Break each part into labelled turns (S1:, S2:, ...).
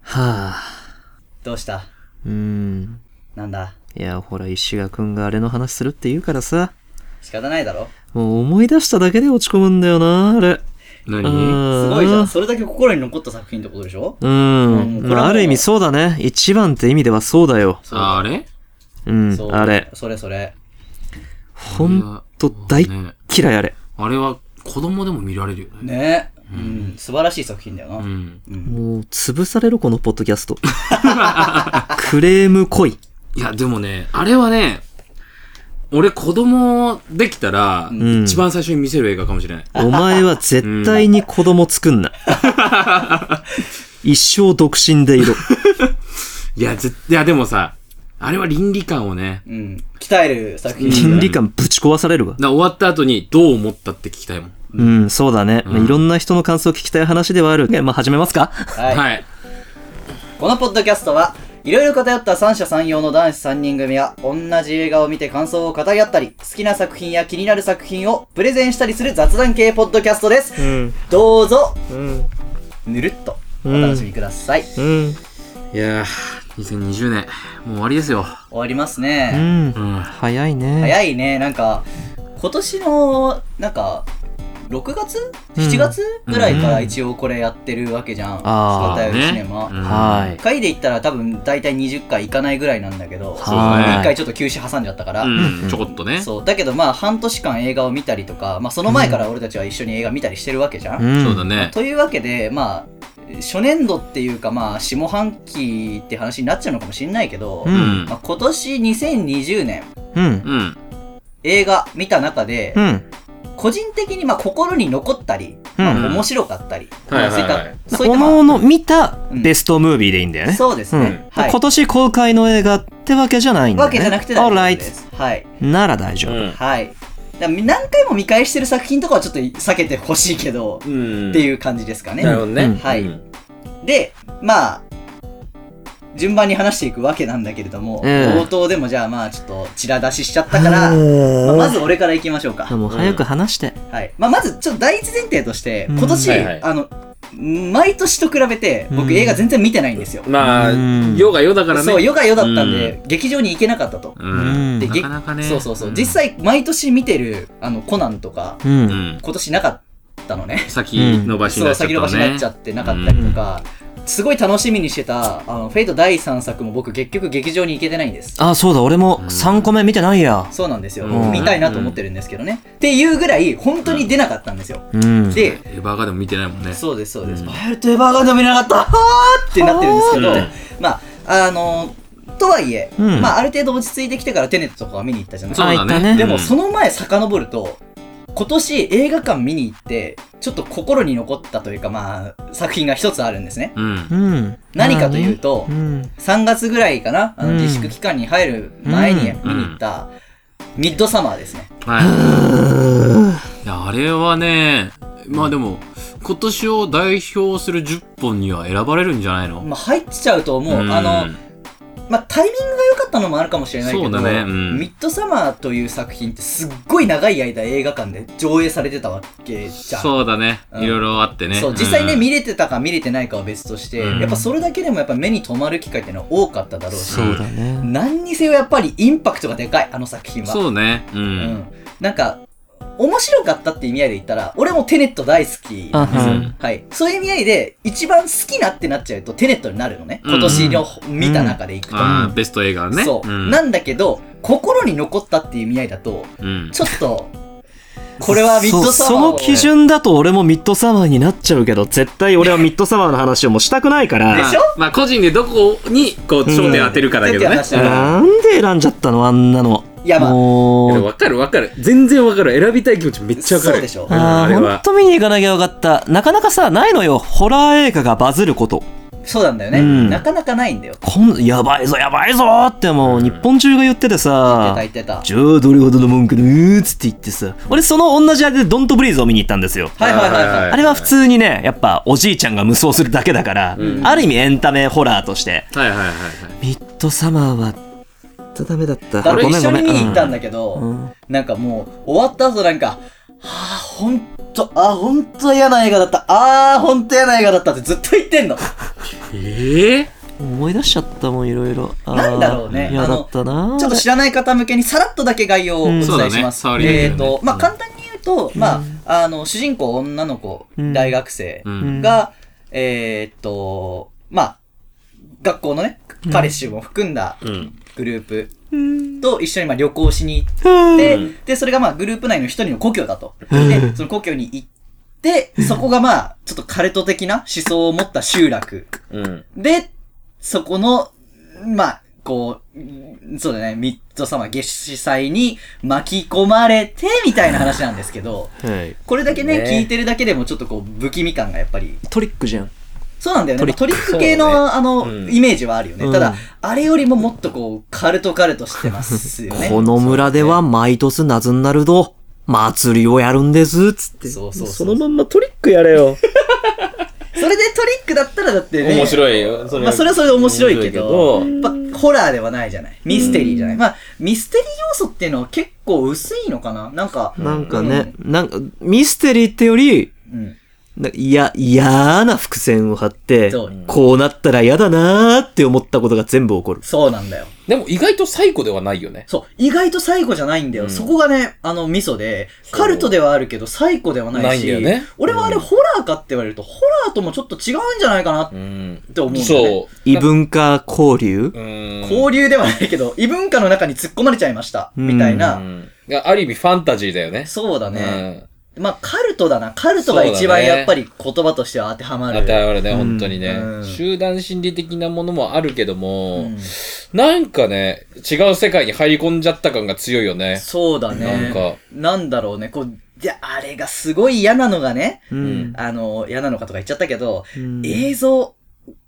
S1: はあ。
S2: どうした
S1: うーん。
S2: なんだ
S1: いや、ほら、石賀くんがあれの話するって言うからさ。
S2: 仕方ないだろ
S1: もう思い出しただけで落ち込むんだよな、あれ。
S3: 何
S2: すごいじゃん。それだけ心に残った作品ってことでしょ
S1: うん。
S2: うん
S1: まあある意味そうだね。一番って意味ではそうだよ。
S3: ああれ
S1: うん
S2: そう。
S1: あれ。
S2: それそれ。
S1: ほんと大
S3: ね
S1: 嫌いあれ。
S3: あれは子供でも見られるよね。
S2: ねえ。うん。素晴らしい作品だよな。う
S3: う
S2: ん
S3: ん。
S1: もう、潰されろ、このポッドキャス ト。クレーム来い。
S3: いや、でもね、あれはね、俺子供できたら、
S1: ん
S3: 一番最初に見せる映画かもしれない。
S1: お前は絶対に子供作 んな。一生独身でいろ。
S3: いや、ぜいや、でもさ、あれは倫理観をね、
S2: うん。鍛える作品だよ
S1: 倫理観ぶち壊されるわ。
S3: だから終わった後にどう思ったって聞きたいもん。
S1: うん、そうだね。まあいろんな人の感想を聞きたい話ではある。まあ、始めますか
S2: はい。
S3: はい。
S2: このポッドキャストはいろいろ偏った三者三様の男子3人組が同じ映画を見て感想を語り合ったり好きな作品や気になる作品をプレゼンしたりする雑談系ポッドキャストです、
S1: ん
S2: どうぞ
S1: うん。
S2: ぬるっとお楽しみください、終
S1: うん。
S3: いやー、2020年、もう終わりですよ。
S2: わります
S1: う
S2: ね、
S1: ん
S3: う。ん。
S1: 早いね。
S2: 早いねなんか今年のなんか6月
S1: うん
S2: ?7 月、ぐらいから
S1: うん
S2: 一応これやってるわけじゃん。
S1: あー
S2: スコタヨシネマ。
S3: うん
S1: は
S2: 回で言ったら多分大体20回いかないぐらいなんだけど、
S1: そう
S3: だね
S2: 1回ちょっと休止挟んじゃったから、
S3: うん、ちょこっとね。
S2: そうだけどまあ半年間映画を見たりとか、まあ、その前から俺たちは一緒に映画見たりしてるわけじゃん。
S1: い。ん
S3: そうだ。ね。
S2: というわけでまあ初年度っていうかまあ下半期って話になっちゃうのかもしれないけど、
S1: う
S3: うんん
S2: ま。あ、今年2020年
S1: うん。
S3: うん。
S2: 映画見た中で、
S1: うん。
S2: 個人的にまあ心に残ったり、ま
S1: うん
S2: あ、面白かったり、
S3: はい
S2: ま
S3: はいは
S2: あ
S3: い
S2: そういったそうい
S1: お
S2: ったまあ
S1: のおの見た
S2: うん
S1: ベストムービーでいいんだよね。
S2: そうですね、
S3: うん
S2: はい
S1: 今年公開の映画ってわけじゃないんだよ
S2: わ
S1: ね。
S2: けじゃなくて
S1: 大
S2: 大丈夫
S1: 丈
S2: で
S1: 夫
S2: す、はい
S1: なら大丈夫。
S3: うん
S2: はいだから何回も見返してる作品とかはちょっと避けてほしいけど、
S3: うん。
S2: って
S3: う。
S2: いう感じですかね、
S3: なるほどね。
S1: うん
S2: はい
S3: うん
S2: でまあ順番に話していくわけなんだけれども、
S1: ええ
S2: 冒頭でもじゃあまあちょっとちら出ししちゃったから、まあまず俺からいきましょうか、
S1: もう早く話して。
S2: はいまあ、まずちょっと第一前提として
S1: うん
S2: 今年、
S3: はいはい
S2: あの毎年と比べて僕、
S1: うん
S2: 映画全然見てないんですよ、
S3: まあ
S1: うん、
S3: 世が世だからね。
S2: そうヨガヨだったんで、劇場に行けなかったと、
S3: うん。
S1: で
S3: な
S2: げ
S3: かなかね。
S2: そうそうそう、
S3: ん
S2: 実。際毎年見てるあのコナンとか
S1: う。
S3: うんん。
S2: 今年なかったのね
S3: 先延ばし
S2: そう
S3: になっちゃった
S2: 先
S3: ね。
S2: 延ばしになっちゃってなかったりとか、すごい楽しみにしてた「あのフェイト第3作も僕結局劇場に行けてないんです
S1: あ、そうだ、俺も3個目見てないや。
S2: そうなんですよ、
S1: うん
S2: 見たいなと思ってるんですけどね、っていうぐらい本当に出なかったんですよ、
S1: うん。
S2: で
S3: エヴァがでも見てないもんね。
S2: そうですそうです、
S3: うん
S2: パイルト・エヴァーガンダム見なかったはーってなってるんですけど、
S3: は
S2: まああのとはいえ、
S1: うん
S2: まあある程度落ち着いてきてからテネットとかは見に行ったじゃない
S3: そうだ
S1: あいた
S3: ね。
S1: ね
S2: でもそ
S3: の、
S2: の前遡ると今年映画館見に行ってちょっと心に残ったというかまあ作品が一つあるんですね
S3: うん
S1: う。ん。
S2: 何かというと
S1: うん。
S2: 3月ぐらいかなあの
S1: うん
S2: 自粛期間に入る前に
S3: うん
S2: 見に行ったミッドサマーですね
S3: はい。いや、あれはね、まあでも、今年を代表する10本には選ばれるんじゃないの
S2: まあ入っちゃうと思うあの、まあタイミングが良かったのもあるかもしれないけど
S3: そうだねうん
S2: ミッドサマーという作品ってすっごい長い間映画館で上映されてたわけじゃん
S3: そうだね。
S2: うん
S3: いろいろあってね。
S2: そう実際ね、
S3: うん
S2: 見れてたか見れてないかは別として、
S3: うん
S2: やっぱそれだけでもやっぱ目に留まる機会っていうのは多かっただろうし
S1: そうだね。
S2: 何にせよやっぱりインパクトがでかいあの作品は
S3: そうね。う。
S2: うんん、なんか面白かったって意味合いで言ったら俺もテネット大好き
S1: あ
S2: なんですよ
S1: う
S3: うん
S2: はい、そういう意味合いで一番好きなってなっちゃうとテネットになるのね
S3: うん
S2: 今年の見た中でいくと、
S3: あーベスト映画ね。
S2: そう、
S3: ん
S2: なんだけど心に残ったっていう意味合いだと
S3: うん。
S2: ちょっとこれはミッドサ
S1: そ
S2: マーを
S1: その基準だと俺もミッドサマーになっちゃうけど、絶対俺はミッドサマーの話をもうしたくないから。
S2: でしょ
S3: まあまあ個人でどこにこう焦点当てるかだけど
S2: うん
S3: ね。
S2: 焦点当てる話
S1: なんで選んじゃったのあんなの。
S2: いやまあ
S3: うん
S1: もう。
S3: わかるわかる。全然わかる。選びたい気持ちめっちゃわかる。
S2: そうでしょ
S3: ん
S1: あ
S3: あ
S1: ー
S3: れ
S1: ほん
S3: は。
S1: と見に行かなきゃよかった。なかなかさ、ないのよ。ホラー映画がバズること。
S2: そうなんだよね、
S1: うん
S2: なかなかないんだよ
S1: こんやばいぞ、やばいぞーってもう、日本中が言っててさ。
S2: 言ってた言って
S1: じゃあどれほどのもんかなーっつって言ってさ俺その同じあれでドントブリーズを見に行ったんですよ
S2: たはいはいはいはい、
S1: あれは普通にねやっぱおじいちゃんが無双するだけだから、
S3: うん
S1: ある意味エンタメホラーとして
S3: はいはいはいはい。
S1: ミッドサマーはダメだった
S2: だから一緒に見に行ったん
S1: だ
S2: だけど、
S1: うん
S2: なんかもう終わった後なんかあ、ほんと、あ、ほんと嫌な映画だった。あー、ほんと嫌な映画だったってずっと言ってんの。
S4: ええ
S1: 思い出しちゃったもん、いろいろ。あー
S2: なんだろうね
S1: 嫌
S2: あ
S1: だ
S2: の
S1: ったな。
S2: ちょっと知らない方向けにさらっとだけ概要をお伝
S1: うん
S2: えします。
S4: そうだね触りだけ
S2: えっ、
S4: だね
S2: と、まあ、
S4: うん
S2: 簡単に言うと、まあ、あの、主人公女の子、
S1: うん
S2: 大学生
S4: う。
S1: うんん、
S2: が、えっ、と、まあ、学校のね、彼氏も含んだ
S4: うん。
S2: グループ
S1: うん、
S2: と一緒にまあ旅行しに行っ
S1: うん
S2: て、
S4: うん
S2: で、それがまあグループ内の一人の故郷だと。
S1: う
S2: で、
S1: ん
S2: その故郷に行って、そこがまあ、ちょっとカルト的な思想を持った集落。
S4: うん。
S2: で、そこの、まあ、こう、そうだね、ミッド様月死祭に巻き込まれて、みたいな話なんですけど、
S4: はい。
S2: これだけね、
S3: ね
S2: 聞いてるだけでもちょっとこう、不気味感がやっぱり。
S1: トリックじゃん。
S2: そうなんだよね。
S1: ト
S2: ま
S1: リッ
S2: あトリック系の、
S3: そうだ
S2: あの、
S3: うん
S2: イメージはあるよね。
S1: うん
S2: ただ、あれよりももっとこう、カルトカルトしてますよね。
S1: この村では毎年夏になると、祭りをやるんです、つって。
S2: そうそうそ
S1: そ
S2: う
S1: のまんまトリックやれよ。
S2: それでトリックだったらだってね。
S3: 面白いよ。そ
S2: まあそれはそれで面白いけど
S3: 面
S2: やっぱホラーではないじゃない。ミステリーじゃない。まあ、ミステリー要素っていうのは結構薄いのかななんか、
S1: なんかね、なんか、ミステリーってより、
S2: うん。
S1: なんか嫌、嫌な伏線を張って
S2: そう、
S1: こうなったら嫌だなーって思ったことが全部起こる。
S2: そうなんだよ。
S3: でも意外と最古ではないよね。
S2: そう。意外と最後じゃないんだよ。
S3: うん
S2: そこがね、あの、ミソで、
S3: そう
S2: カルトではあるけど、最古ではないし。
S3: ないんだよね
S2: 俺はあれ、ホラーかって言われると、ホラーともちょっと違うんじゃないかなっ
S3: うん。
S2: て思うんだよね。
S3: そう。
S1: 異文化交流
S3: うん。
S2: 交流ではないけ ど、異文化の中に突っ込まれちゃいました。みたいうな。
S3: ん。ある意味ファンタジーだよね。
S2: そうだ
S3: う
S2: ね。
S3: ん。
S2: まあ、カルトだな。カルトが一
S3: そ
S2: 番
S3: うだね
S2: やっぱり言葉としては当てはまる。
S3: 当てはまるね、本当にね、
S2: うん
S3: 集団心理的なものもあるけど
S2: う
S3: も、
S2: ん
S3: なんかね、違う世界に入り込んじゃった感が強いよね。
S2: そうだね。
S3: なんか
S2: なんだろうね。こう、いや、あれがすごい嫌なのがね、
S1: うんん。
S2: あの、嫌なのかとか言っちゃったけど、
S1: うん
S2: 映像、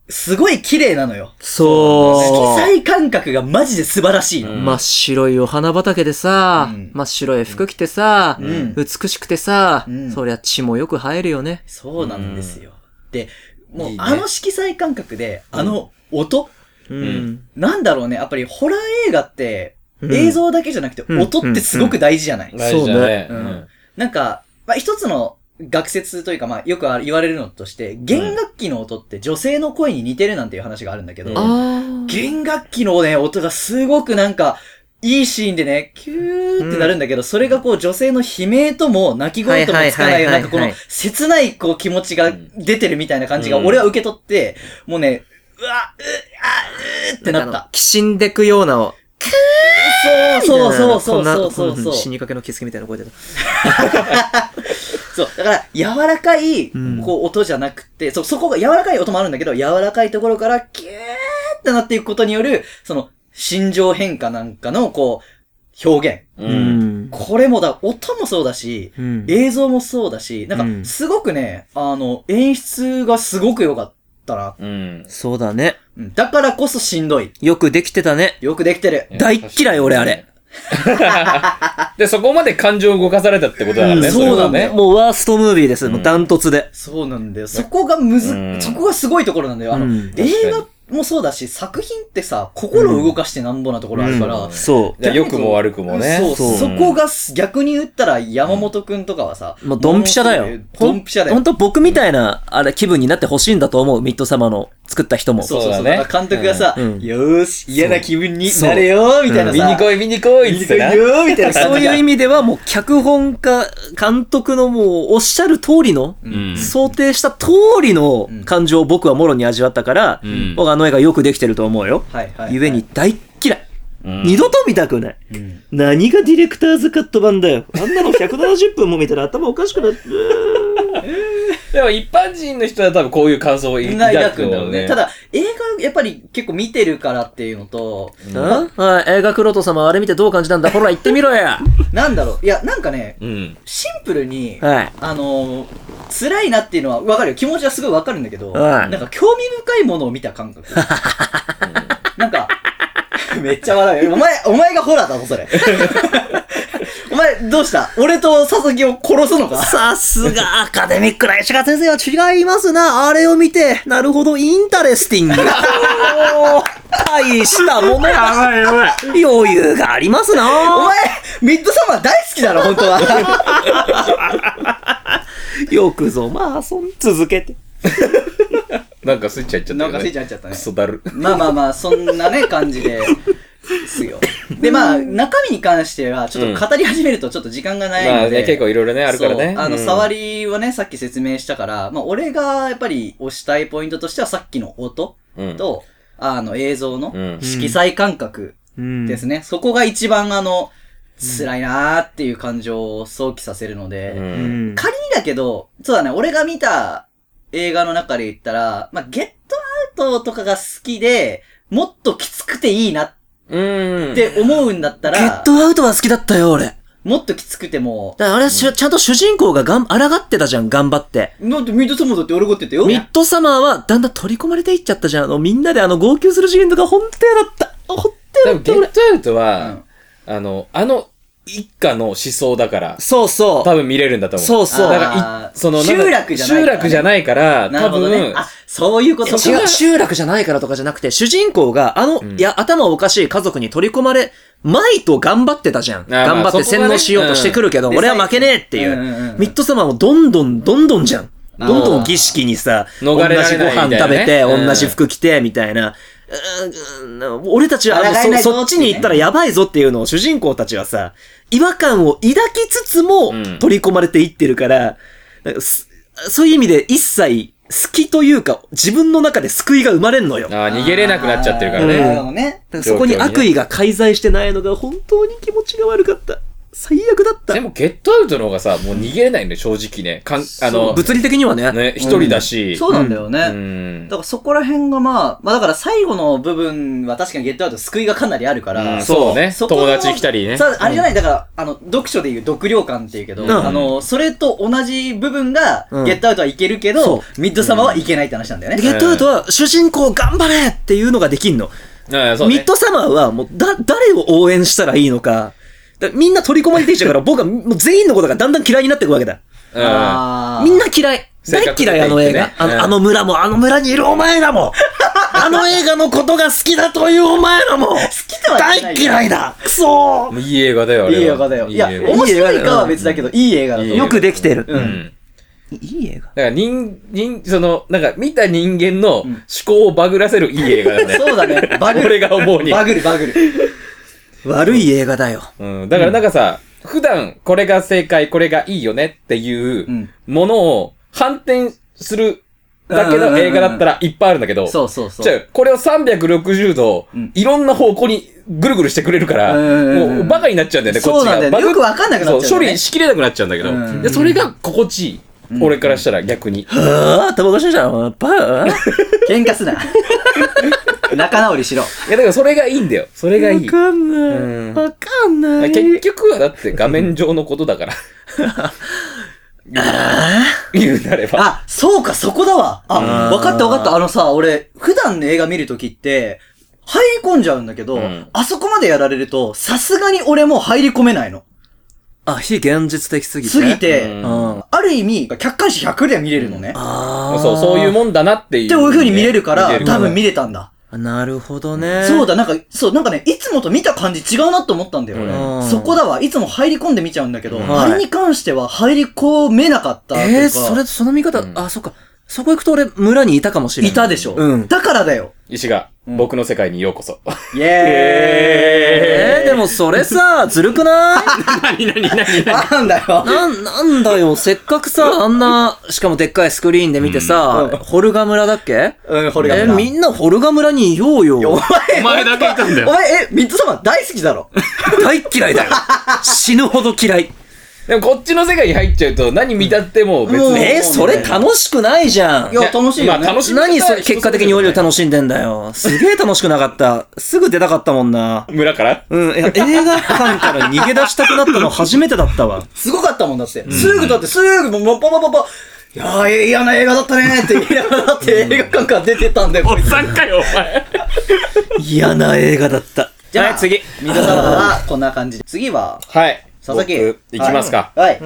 S2: すごい綺麗なのよ。色
S1: そう。
S2: 彩感覚がマジで素晴らしいの。
S3: うん
S1: 真っ白いお花畑でさ、
S2: うん
S1: 真っ白い服着てさ、
S2: うん
S1: 美しくてさ、
S2: うん
S1: そりゃ血もよく生えるよね。
S2: そうなんですよ。で、もう
S3: いいね
S2: あの色彩感覚で、あの音、
S1: うん。
S2: なんだろうね。やっぱりホラー映画って、
S1: うん
S2: 映像だけじゃなくて
S1: うん
S2: 音ってすごく大事じゃない、
S3: 大事だね。
S2: そううね
S3: ん
S2: なんか、まあ、一つの学説というか、まあ、よくある言われるのとして、弦楽器の音って女性の声に似てるなんていう話があるんだけど、
S3: うん
S1: あー
S2: 弦楽器のね、音がすごくなんか、いいシーンでね、キューってなるんだけど、それがこう女性の悲鳴とも泣き声ともつかないよう
S1: は
S2: な
S1: はいはいはいはい
S2: いんかこの切ないこう気持ちが出てるみたいな感じが
S3: うん
S2: 俺は受け取って、もうね、うわ、う、あ、うってなっ
S1: んかあ
S2: た
S1: の。きしんでくような、
S2: そうそうそ
S1: こ
S2: うん
S1: な
S2: そうそ
S1: こ
S2: う
S1: ん
S2: そう
S1: な
S2: そ
S1: 死
S2: う。
S1: にかけの気づきみたいな声で。
S2: そう。だから、柔らかい、
S1: ん
S2: こう、音じゃなくて、そう、そこが柔らかい音もあるんだけど、柔らかいところから、キューってなっていくことによる、その、心情変化なんかの、こう、表現。
S3: う。
S1: うんん。
S2: これもだ、音もそうだし、
S1: うん
S2: 映像もそうだし、な
S1: うん
S2: か、
S1: ん
S2: すごくね、あの、演出がすごく良かったな。
S3: うん。
S1: そうだね。
S2: うんだからこそしんどい。
S1: よくできてたね。
S2: よくできてる。
S1: 大っ嫌い俺あれ。
S3: で、そこまで感情を動かされたってことだからね。
S2: うん
S3: れは
S2: そうなんだよ
S3: ね。
S1: もうワーストムービーです。もうダントツで。
S2: そうなんだよ。そこがむず、
S3: うん
S2: そこがすごいところなんだよ。あの、
S1: うん
S2: 映画もそうだし、作品ってさ、心を動かしてなんぼなところあるから、
S3: うん
S1: そ
S3: じゃあ良くも悪くもね。
S2: そう、
S1: そう
S2: そこがす逆に言ったら山本くんとかはさ、
S1: う。もうドンピシャだよ。
S2: ドンピシャだよ
S1: 本。当僕みたいな、あれ、気分になってほしいんだと思う。ミッド様の作った人も。
S2: そうそうそ。
S3: そううだね
S2: だから監督がさ、
S1: うん
S2: よーし、嫌な気分になれよーみたいなさ、
S3: 見に来い、見に来いっつってな。
S2: よみたいな
S1: そういう意味ではもう脚本家、監督のもうおっしゃる通りの、
S4: うん。
S1: 想定した通りの感情を僕はもろに味わったから、
S4: うん
S1: 僕はあの映画よくできてると思うよ。
S2: はいはい、
S1: ゆえに、大っ嫌い。
S3: うん
S1: 二度と見たくない。
S2: うん
S1: 何がディレクターズカット版だよ。あんなの170分も見たら頭おかしくなってる。
S3: でも一般人の人は多分こういう感想を抱
S2: 抱
S3: く
S2: くんだろうね。ただ、映画、やっぱり結構見てるからっていうのと、
S1: はい、映画クロト様あれ見てどう感じたんだほら言ってみろ や。
S2: なんだろう、いや、なんかね、
S3: うん。
S2: シンプルに、
S1: はい。
S2: あのー、辛いなっていうのはわかるよ。気持ちはすごいわかるんだけど、
S1: うん
S2: なんか興味深いものを見た感 覚。なんか、めっちゃ笑うよ。お前、お前がホラーだぞ、 それ。お前、どうした俺と佐々木を殺すのか
S1: さすがアカデミックな石川先生は違いますな。あれを見て、なるほど、インタレスティング。おー、いしたもの
S5: やばいやばい。
S1: 余裕がありますな
S2: お前、ミッドサマー大好きだろ、本当 は。
S1: よくぞ、まあ、そん、続けて。
S3: なんかスイッチ入っちゃっ
S2: な
S3: たよ
S2: ん
S3: ね。
S2: かスイッチ入っちゃったね
S3: ク。ソだる。
S2: まあまあまあ、そんなね、感じで。ですよ。で、まあ、中身に関しては、ちょっと語り始めるとちょっと時間がないので。
S3: まあね、結構いろいろね、あるからね。
S2: そうあの、
S3: うん
S2: 触りはね、さっき説明したから、まあ、俺がやっぱり推したいポイントとしては、さっきの音
S3: うん
S2: と、あの、映像の
S3: うん
S2: 色彩感覚
S5: うん
S2: ですね。そこが一番、あの、辛いなーっていう感情を想起させるので、
S3: う
S5: うんん。
S2: 仮にだけど、そうだね、俺が見た映画の中で言ったら、まあ、ゲットアウトとかが好きで、もっときつくていいなっ
S3: うん。
S2: て思うんだった
S1: ゲッ
S2: ら、
S1: トアウトは好きだったよ、俺。だか
S2: もっときつくても、
S1: らあれはし、ちゃんと主人公ががん、抗ってたじゃん、頑張って。
S2: だってミッドサマーだって俺怒ってたよ。
S1: ミッドサマーは、だんだん取り込まれていっちゃったじゃん。あの、みんなであの、号泣するシーンとか、ほんと嫌だった。ほんと
S3: で
S1: 嫌だ
S3: も、
S1: っ
S3: ゲ
S1: た、俺
S3: ッ。トアウトは、あの、あの一家の思想だから、
S1: そうそ
S3: 多分見れるんだと
S1: う。
S3: 思う。
S1: そうそう。
S3: だ
S1: だ
S3: か、
S1: から
S2: あ
S3: い
S2: ー
S3: その、
S2: 集落じゃないからね
S3: 集落じゃないから、
S2: なる
S3: 多
S2: ほどね
S3: 分。、
S2: あ、そういうこと
S1: ら
S2: か。
S1: 違う、集落じゃないからとかじゃなくて、主人公が、あの、
S3: ん
S1: いや、頭おかしい家族に取り込まれ、まいと頑張ってたじゃん。
S3: まあ
S1: 頑張って
S3: そ
S1: 洗
S3: こはね
S1: 脳しようとしてくるけど、
S2: うん
S1: 俺は負けねえってい
S2: うんうんうんう
S1: う。
S2: ん
S1: ミッドサマーもどんどん、どんどんじゃん。
S2: あー
S1: どんどん儀式にさ、
S3: 逃
S1: 同
S3: れ
S1: じご
S3: られないみた
S1: 飯
S3: いなね
S1: 食べて、
S3: うん
S1: 同じ服着て、みたいな。うーん俺たちはあ
S2: 抗え
S1: の
S2: ないぞ
S1: そ、そっちに行ったらやばいぞっていうのを主人公たちはさ、違和感を抱きつつも
S3: うん
S1: 取り込まれていってるから、なんかすそういう意味で一切好きというか自分の中で救いが生まれんのよ。だか
S3: あー逃げれなくなっちゃってるから
S2: あーな
S3: ね。
S2: るほどね。
S1: らそこに悪意が介在してないのが本当に気持ちが悪かった。最悪だった
S3: で。も、ゲットアウトの方がさ、もう逃げれないんだよ、正直ね。かん、あの、
S1: 物理的にはね。
S3: ね、一人だし。
S2: そうなんだよね。
S3: うん
S2: だからそこら辺がまあ、まあだから最後の部分は確かにゲットアウト救いがかなりあるから、
S3: うんそうね
S2: そこの
S3: 友達来たりね
S2: さあれじゃない、だから、あの、読書でいう読量感っていうけど、
S1: うん
S2: あの、それと同じ部分が、
S1: うん
S2: ゲットアウトはいけるけ
S1: そ
S2: ど
S1: う、
S2: ミッドサマーはいけないって話なんだよ
S1: で
S2: ね。
S1: ゲットアウトは主人公頑張れっていうのができんの。
S3: うんそうね
S1: ミッドサマーはもうだ、誰を応援したらいいのか。だみんな取り込まれてきちゃうから僕はもう全員のことがだんだん嫌いになっていくわけだ。
S3: うん
S2: あー
S1: みんな嫌い。
S3: 性
S1: 大
S3: 格
S1: 嫌いあの映
S3: 出
S1: 画
S3: て。き
S1: あ
S3: てね
S1: のあの村も、あの村にいるお前らも。あの映画のことが好きだというお前らも。好
S2: きとは言ってない
S1: 大
S2: よ
S1: 嫌いだ。くそー
S3: もういい映画だよ、あれ
S2: い
S3: はい
S2: 映画だよ。いや、
S3: 映画
S2: 面白いかは別だけど、いい映画だと
S3: いい映
S2: 思
S3: 画
S2: う。
S1: よくできてる。
S2: う。
S3: うんん
S1: いい映画。
S3: だから人、人、その、なんか見た人間の思考をバグらせるいい映画だ ね。
S2: そうだね。バグ
S3: 俺
S2: る。
S3: が思うに。
S2: バグる、バグる。
S1: 悪い映画だよ。
S3: うん。だからなんかさ、普段これが正解、これがいいよねっていう
S2: うん
S3: ものを反転するだけの映画だったらいっぱいあるんだけど、
S2: そうそうそ
S3: じゃあ
S2: う。
S3: これを360度
S2: うん、
S3: いろんな方向にぐるぐるしてくれるから、
S2: うんうんうんうん
S3: もうバカになっちゃうんだよね、こっちが。
S2: そうなんだよね
S3: バグ
S2: よくわかんなくなっちゃうんだよね
S3: そ処理しきれなくなっちゃうんだけど、
S2: うん
S3: でそれが心地いい。俺からしたら逆に。
S1: ああ、タバコしじゃん。パー。
S2: 喧嘩すな。 仲直りしろ。
S3: いや、だからそれがいいんだよ。それがいい。
S1: わかんな
S3: うん
S1: い。わかんない。
S3: 結局はだって画面上のこと だから。言うなれば。
S2: あ、そうか、そこだわ。あ、
S1: うん
S2: わかったわかった。あのさ、俺、普段の映画見るときって、入り込んじゃうんだけど、
S3: ん
S2: あそこまでやられると、さすがに俺もう入り込めないの。
S1: あ、非現実的すぎて。
S2: すぎ。て、
S3: う
S1: うんん。あ
S2: ある意味、客観視100で見れるのね。っ
S1: あ。
S3: そう、そういうもんだなっていう、
S2: ていう風に見れるか
S3: 見
S2: ら、
S3: れる
S2: 多分見れたんだ。
S1: なるほどね。
S2: そうだ、なんか、そう、なんかね、いつもと見た感じ違うなと思ったんだよ、
S1: うん
S2: 俺。そこだわ。いつも入り込んで見ちゃうんだけど、
S1: はい
S2: あれに関しては入り込めなかったというか。
S1: ええー、それ、その見方、
S3: うん
S1: あ、そっか。そこ行くと俺、村にいたかもしれない。
S2: いたでしょ。
S1: うん
S2: だからだよ。
S3: 石が、僕の世界にようこそ。
S2: イエ
S1: えー、でもそれさ、ずるくない
S6: 何何何 何
S2: なんだよ。
S1: なん、なんだよ、せっかくさ、あんな、しかもでっかいスクリーンで見てさ、ホルガ村だっけ
S2: うん、ホルガ
S1: え、みんなホルガ村にいよう よ。
S6: お前だけいたんだ
S2: お
S6: よ。
S2: 前、え、ミッドサマー大好きだろ。
S1: 大っ嫌いだよ。死ぬほど嫌い。
S3: でもこっちの世界に入っちゃうと何見たってもう別
S2: うん
S3: に。
S1: えー、それ楽しくないじゃん
S2: い。や、楽しいよね。
S3: まあ楽しい
S1: 何それ、結果的に俺を楽しんでんだよ。すげえ楽しくなかった。すぐ出たかったもんな。
S3: 村から
S1: うん、いや、映画館から逃げ出したくなったの初めてだったわ。
S2: すごかったもんだって。すぐだって、すぐ、もう、パパパパ。いやー、え嫌な映画だったねーって言いながらだって映画館から出てたんだよ。
S6: おっさんかよ、お前。
S1: 嫌な映画だった。
S2: じゃあ、
S3: 次。
S2: ミッドサマーはこんな感じ。次は、
S3: はい。
S2: 佐々木。
S3: 僕いきますか。
S2: はい。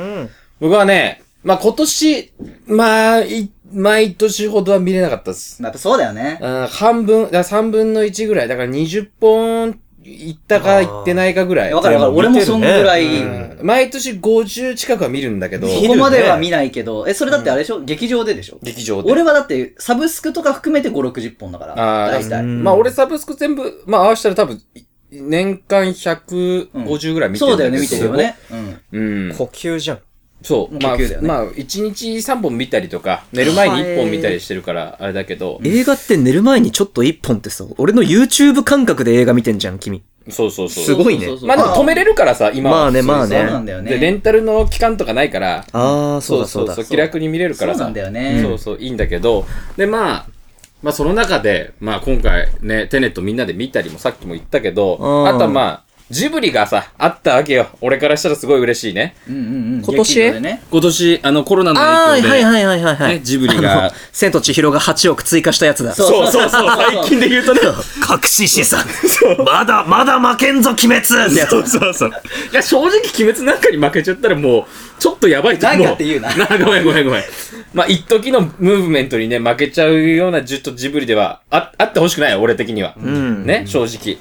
S3: 僕はね、まあ今年、まあ、い毎年ほどは見れなかったです。
S2: やっぱそうだよね。
S3: うん半分、だ3分の1ぐらい。だから20本いったかいってないかぐらい。
S2: わかるわかる。
S7: でも
S2: 俺もそんぐらい、
S3: うん毎年50近くは見るんだけど、
S2: そこまでは見ないけど、え、それだってあれでしょ劇場ででしょ
S3: 劇場で。
S2: 俺はだって、サブスクとか含めて5、60本だから。
S3: あー
S2: 大体。
S3: まあ俺サブスク全部、まあ合わせたら多分、年間150ぐらい見てる
S2: そうんだよ
S3: け
S2: ね、
S3: ど
S2: 見てるよ。ね。うん。
S3: うん。
S7: 呼吸じゃん。
S3: そう。まあ、
S2: 呼吸だよね
S3: まあ、1日3本見たりとか、寝る前に1本見たりしてるから、あれだけど、
S1: 映画って寝る前にちょっと一本ってさ、俺の YouTube 感覚で映画見てんじゃん、君。
S3: そうそうそう。
S1: すごいね
S8: そうそうそう
S3: まあでも止めれるからさ、今は。
S1: まあね
S3: 普通にさ
S1: まあね
S2: そうなんだよね
S3: で、レンタルの期間とかないから、
S1: ああ、そうだそうだ。
S3: 気楽に見れるからさ。
S2: そうなんだよね
S3: そうそう、いいんだけど、で、まあ、まあその中で、まあ今回ね、テネットみんなで見たりもさっきも言ったけど、
S1: うん
S3: あとはまあ、ジブリがさ、あったわけよ。俺からしたらすごい嬉しいね。
S2: うんうんうん。
S1: 今年
S2: 劇場でね。
S3: 今年、あの、コロナの
S1: ああ、はい
S3: 影響で、
S1: はいはいはいはい。
S3: ね、ジブリが、
S1: 千と千尋が8億追加したやつだ。
S2: そうそうそう。最近で。
S1: 言うとね、
S7: 隠し資産。まだ、まだ負けんぞ、鬼滅ってやつ。
S3: そうそうそう。いや、正直、鬼滅なんかに負けちゃったらもう、ちょっとやばいと思う。
S2: なんかって言うな
S3: ごめんごめんごめん。まあ、一時のムーブメントにね、負けちゃうようなジュッとジブリでは、あ、あってほしくないよ、俺的には。
S1: ん
S3: ね、正直。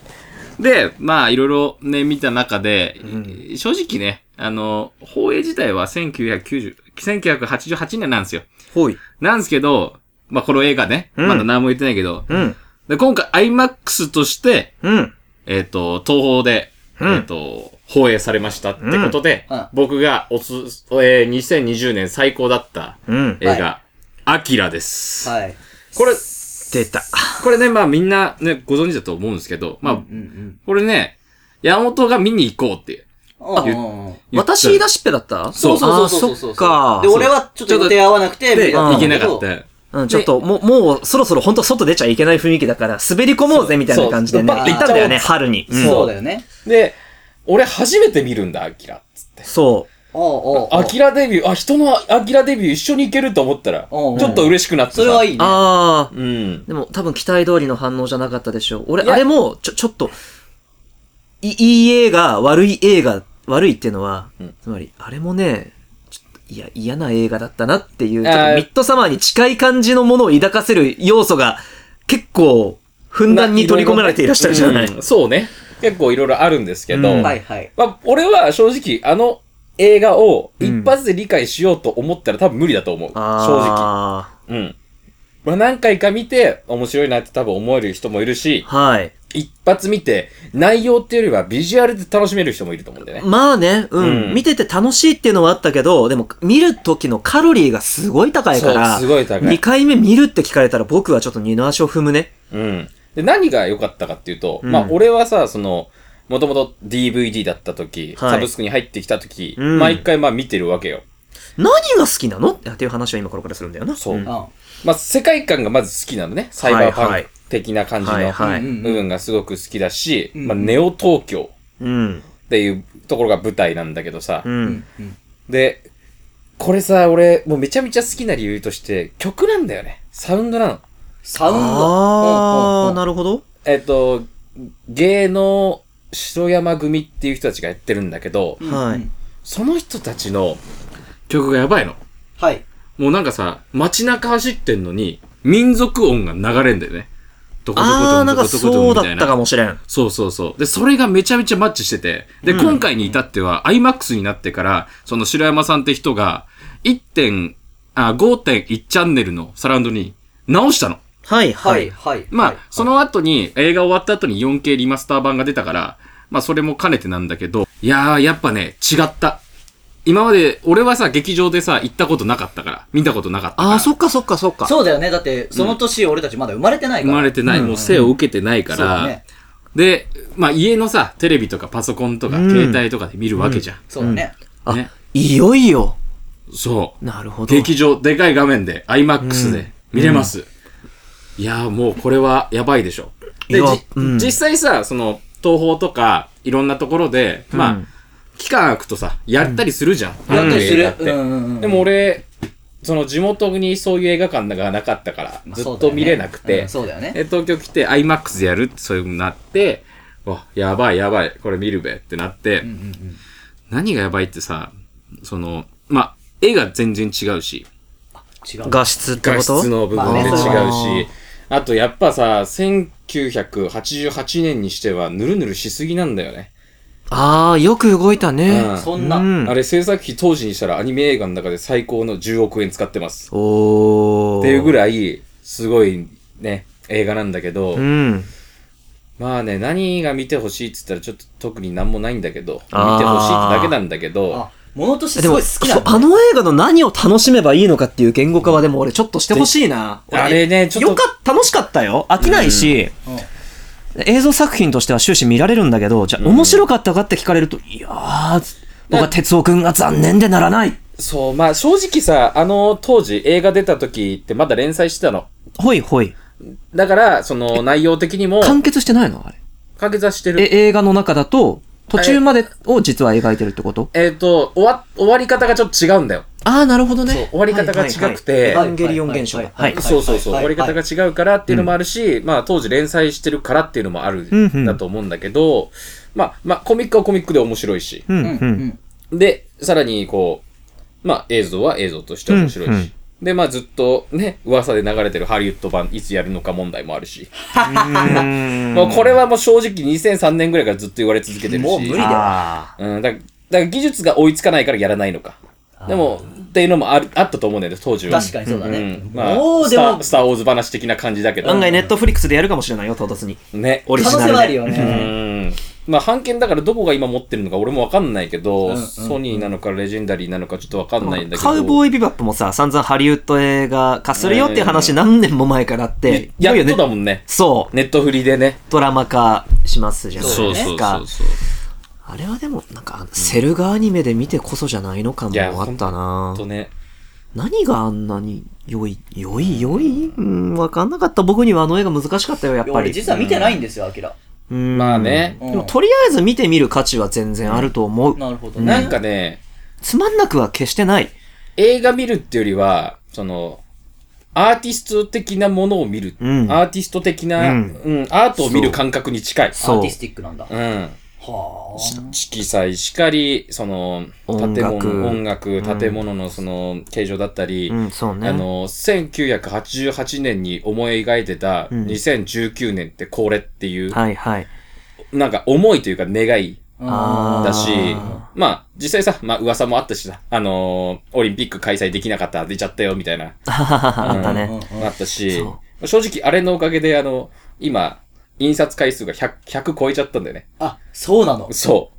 S8: で、まあ、いろいろね、見た中で、正直ね、あの、放映自体は1990、1988年なんですよ。
S1: ほい。
S8: なんですけど、まあ、この映画ね、まだ何も言ってないけど、
S1: うん。
S8: で今回 IMAX として、
S1: うん。
S8: えっ、と、東宝で、えっ、と、放映されましたってことで、
S2: うんうん
S8: 僕がおす、えー2020年最高だった
S1: うん。
S8: 映画、アキラです。
S2: はい。
S3: これ、
S1: 出た。
S3: これね、まあみんなね、ご存知だと思うんですけど、まあ、
S2: うんうん。
S3: これね、山本が見に行こうって
S2: うんうん
S3: 言った
S1: 私言い出しっぺだった
S3: そう
S1: あー
S2: そうそ
S1: そうっ
S2: そうそう
S1: か
S2: で、。俺はちょっと予定合わなくて、
S3: で、
S2: 見
S1: うん
S3: 行
S2: ん
S3: け
S2: だ
S3: な
S2: ど
S3: かった。
S1: うん、ちょっと、もう、もう、そろそろ本当外出ちゃいけない雰囲気だから、滑り込もうぜみたいな感じでね、
S3: そう
S1: 行ったんだよね、
S3: そ
S1: 春に。うん
S2: そうだよね。
S3: で、俺初めて見るんだ、アキラ。
S1: そ。
S2: おうおうおう
S3: アキラデビュー、あ、人のアキラデビュー一緒に行けると思ったら、ち
S2: おうお
S3: ょ
S2: う
S3: っと嬉しくなってさ
S2: それはいいうね。
S1: ああ、
S3: うん。
S1: でも多分期待通りの反応じゃなかったでしょう。俺、
S3: いや
S1: あれも、ちょ、ちょっと、いいい映画、悪い映画、悪いっていうのは、
S3: うん
S1: つまり、あれもね、ちょっと、いや、嫌な映画だったなっていう、ちょっ
S3: あー
S1: とミッドサマーに近い感じのものを抱かせる要素が、結構、ふんだんに取り込められていらっしゃるじゃない。
S3: うんそうね。結構いろいろあるんですけど、
S1: うん
S2: はいはい。
S3: まあ、俺は正直、あの映画を
S1: うん
S3: 一発で理解しようと思ったら多分無理だと思う。正直。
S1: あ
S3: うん。まあ、何回か見て、面白いなって多分思える人もいるし、
S1: ーはい。
S3: 一発見て、内容っていうよりはビジュアルで楽しめる人もいると思うんでね。
S1: まあね、うん、
S3: うん
S1: 見てて楽しいっていうのはあったけど、でも、見る時のカロリーがすごい高い
S3: そ
S1: か
S3: う、
S1: ら
S3: す、ごい高
S1: 2
S3: い。
S1: 回目見るって聞かれたら僕はちょっと二の足を踏むね。
S3: うん。で、何が良かったかっていうと、
S1: うん
S3: まあ、俺はさ、その、もともと DVD だった時、
S1: はい
S3: サブスクに入ってきた時、
S1: うん
S3: 毎回まあ見てるわけよ。
S1: 何が好きなのっていう話を今これからするんだよな。
S3: そ
S1: ん
S3: う。
S2: うん
S3: まあ、世界観がまず好きなのね。サイバーパンク的な感じ
S1: はい
S3: の
S1: はい。
S2: うん
S3: 部分がすごく好きだし、
S2: うん
S3: まあ、ネオ東京
S1: うん。
S3: っていうところが舞台なんだけどさ
S1: う。。
S2: うんんうん
S3: で、これさ、俺、もうめちゃめちゃ好きな理由として、曲なんだよね。サウンドなの。
S2: サウンド。
S1: あ
S2: うんうんう
S1: ー、
S2: ん
S1: なるほど。
S3: えっと、芸能白山組っていう人たちがやってるんだけど、
S2: うん
S1: はい
S2: うん
S3: その人たちの曲がやばいの。
S2: はい。
S8: もうなんかさ、街中走ってんのに、民族音が流れんだよね。どこどこ
S1: あー、
S8: ど
S1: なん
S8: こ
S1: か
S8: どこど
S1: そ
S8: こ
S1: うだ
S8: み
S1: った
S8: い
S1: た
S8: な
S1: か。もしれん。
S8: そうそうそう。で、それがめちゃめちゃマッチしてて。で、
S1: うん
S8: 今回に至っては、IMAX になってから、その白山さんって人が、1点、あ、5.1チャンネルのサラウンドに直したの。
S1: はい
S2: は
S1: はいい。
S2: はい。
S8: まあ、
S2: はい
S8: そ、の後に、映画終わった後に 4K リマスター版が出たから、まあ、それも兼ねてなんだけど、いやー、やっぱね、違った。今まで、俺はさ、劇場でさ、行ったことなかったから、見たことなかったから。
S1: あー、そっかそっかそっか。
S2: そうだよね。だって、その年俺たちまだ生まれてないか
S8: 生
S2: ら。
S8: まれてない、もう生を受けてないか
S2: そうだ
S8: ら、
S2: ね。
S8: で、まあ家のさ、テレビとかパソコンとか、
S1: うん
S8: 携帯とかで見るわけじゃん。
S2: そうだね。
S1: あ
S8: ね、
S1: いよいよ。
S8: そ
S1: なるほ
S8: う。
S1: ど。
S8: 劇場、でかい画面で、IMAX で見れます。いやーもうこれはやばいでしょ。で、
S1: いや
S8: じ
S1: うん
S8: 実際さ、その、東宝とか、いろんなところで、まあ、
S1: うん
S8: 期間空くとさ、やったりするじゃん。
S2: やったりす
S3: 映画
S2: る
S3: っ。て
S2: うんうんうん。
S3: でも俺、その地元にそういう映画館がなかったから、
S2: まあ
S3: ず
S2: そう
S3: っ
S2: だよ
S3: と
S2: ね
S3: 見れなくて、
S2: うんそうだよね。
S8: で東京来て IMAX でやるってそういう風になって、わ、やばいやばい、これ見るべってなって、
S2: うんうんうん
S8: 何がやばいってさ、その、まあ、絵が全然違うし、
S2: 違う。
S1: 画質って
S3: 画
S1: こと
S3: 質の部分で違うし、
S2: ま
S1: あね
S3: あとやっぱさ、1988年にしてはヌルヌルしすぎなんだよね。
S1: ああ、よく動いたね。
S2: そんな。
S1: うん
S3: あれ制作費当時にしたらアニメ映画の中で最高の10億円使ってます。
S1: おー。
S3: っていうぐ
S1: らい。
S3: らい、すごいね、映画なんだけど、
S1: うん。
S3: まあね、何が見てほしいって言ったらちょっと特になんもないんだけど、見て
S1: あー
S3: ほしいってだけなんだけど、
S2: あ、物として
S1: です
S2: ご
S1: も、
S2: い好きな
S1: そうん
S2: だ
S1: あの映画の何を楽しめばいいのかっていう言語化はでも俺ちょっとしてほしいな。俺
S3: あれね、ちょ
S1: よ
S3: っと、
S1: かった、楽しかったよ。飽きないし、映像作品としては終始見られるんだけど、じゃあ面白かったかって聞かれると、いやー、僕は哲夫くんが残念でならない。
S3: そう、まあ正直さ、あの当時映画出た時ってまだ連載してたの。
S1: ほいほい。
S3: だから、その内容的にも、
S1: 完結してないのあれ。
S3: 完結はしてる。
S1: え、映画の中だと、途中までを実は描いてるってこと
S3: えっ、と終わ、終わり方がちょっと違うんだよ。
S1: ああ、なるほどね。
S3: そう終わり方が違くて
S1: はいはいはいエヴァンゲリオン現象だ。はい。
S3: そうそうそう、
S2: はい
S3: 終わり方が違うからっていうのもあるし、まあ当時連載してるからっていうのもある
S1: んうん
S3: んだと思うんだけど、まあ、まあコミックはコミックで面白いし、
S1: うん
S2: うんう
S1: うん。
S2: ん。
S3: で、さらにこう、まあ映像は映像として面白いし、
S1: うんうん
S3: で、まあずっとね、噂で流れてるハリウッド版いつやるのか問題もあるし、まあこれはもう正直2003年ぐらいからずっと言われ続けてるし、
S2: もう無理だよ。
S1: あ
S3: うん、だだから技術が追いつかないからやらないのか。でも、っていうのもあるあったと思うんだよね、当時は。
S2: 確かにそうだね
S3: うん。まあ、
S2: もう
S3: ス
S2: で
S3: タ
S2: も
S3: ー、スター・ウォーズ話的な感じだけ
S1: ー
S3: ど。
S1: 案外ネットフリックスでやるかもしれないよ、唐突に。
S3: ね。
S1: オリ
S2: 可
S1: ジ
S2: 能
S1: ナル
S2: 性
S1: で。
S2: はあるよ
S3: う
S2: ね。
S3: ん。まあ、版権だからどこが今持ってるのか俺もわかんないけど、
S2: んうん
S3: ソニーなのかレジェンダリーなのかちょっとわかんないんだけど。
S1: カウボーイビバップもさ、散々ハリウッド映画化するよっていう話何年も前からあって、
S3: や
S1: いよ
S3: っ
S1: いよね
S3: とだもんね。
S1: そう、
S3: ネットフリでね。
S1: ドラマ化しますじゃない
S2: そう
S1: で
S2: ね
S1: すか。
S3: そう。
S1: あれはでも、なんか、セルガアニメで見てこそじゃないのかも
S3: いや
S1: あった
S3: ほ
S1: なん
S3: とね。
S1: 何があんなに良い、良い、良いうん、わかんなかった僕にはあの映画難しかったよ、やっ
S2: いや
S1: ぱり。
S2: 俺実は見てないんですよ、アキラ。
S1: うん
S3: まあ。ね。
S2: う
S1: で
S2: ん
S1: もとりあえず見てみる価値は全然あると思う。
S2: なるほど
S3: なん
S2: ね。
S3: かね、
S1: つまんなくは決してない。
S3: 映画見るってよりは、その、アーティスト的なものを見る。
S1: うん
S3: アーティスト的な、
S1: う
S3: うんん、アートを見る感覚に近い。
S2: ア
S1: そう
S2: ーティスティックなんだ。は
S3: うん。
S2: あ。
S3: 色彩しかり、その、
S1: 音
S3: 建
S1: 楽
S3: 物、音楽、建物のその、形状だったり、
S1: うん、そうね。
S3: あの、1988年に思い描いてた、
S1: うん
S3: 2019年ってこれっていう、
S1: はいはい。
S3: なんか思いというか願い
S1: あー
S3: だし、まあ、実際さ、まあ噂もあったしさ、あのーオリンピック開催できなかった、出ちゃったよ、みたいな、
S1: あった
S2: うん
S1: ね。
S3: あったし
S1: そ、
S3: 正直あれのおかげで、あの、今、印刷回数が100、100超えちゃったんだよね。
S2: あ、そうなの。
S3: そう。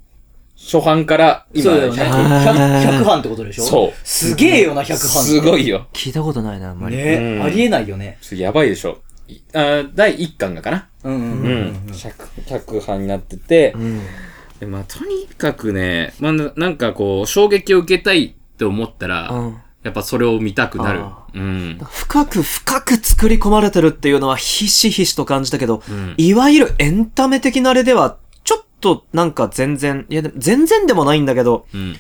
S3: 初版から今
S2: そうだよね。
S3: 100、
S2: 100班ってことでしょ
S3: そう
S2: すげえよな、100班って。
S3: すごいよ。
S1: 聞いたことないな、あんまり。
S2: ね
S3: うん
S2: ありえないよね。
S3: それやばいでしょ。いあー第1巻がかな。
S2: うんうん
S3: う
S2: うん
S3: ん。100、派になってて、
S1: うん。
S3: でまあ、とにかくね、まあ、ななんかこう、衝撃を受けたいって思ったら、
S1: うん
S3: やっぱそれを見たくなる
S1: あ。
S3: うん。
S1: 深く深く作り込まれてるっていうのはひしひしと感じたけど、
S3: うん
S1: いわゆるエンタメ的なあれでは、ちょっとなんか全然、いやでも全然でもないんだけど、
S3: うん。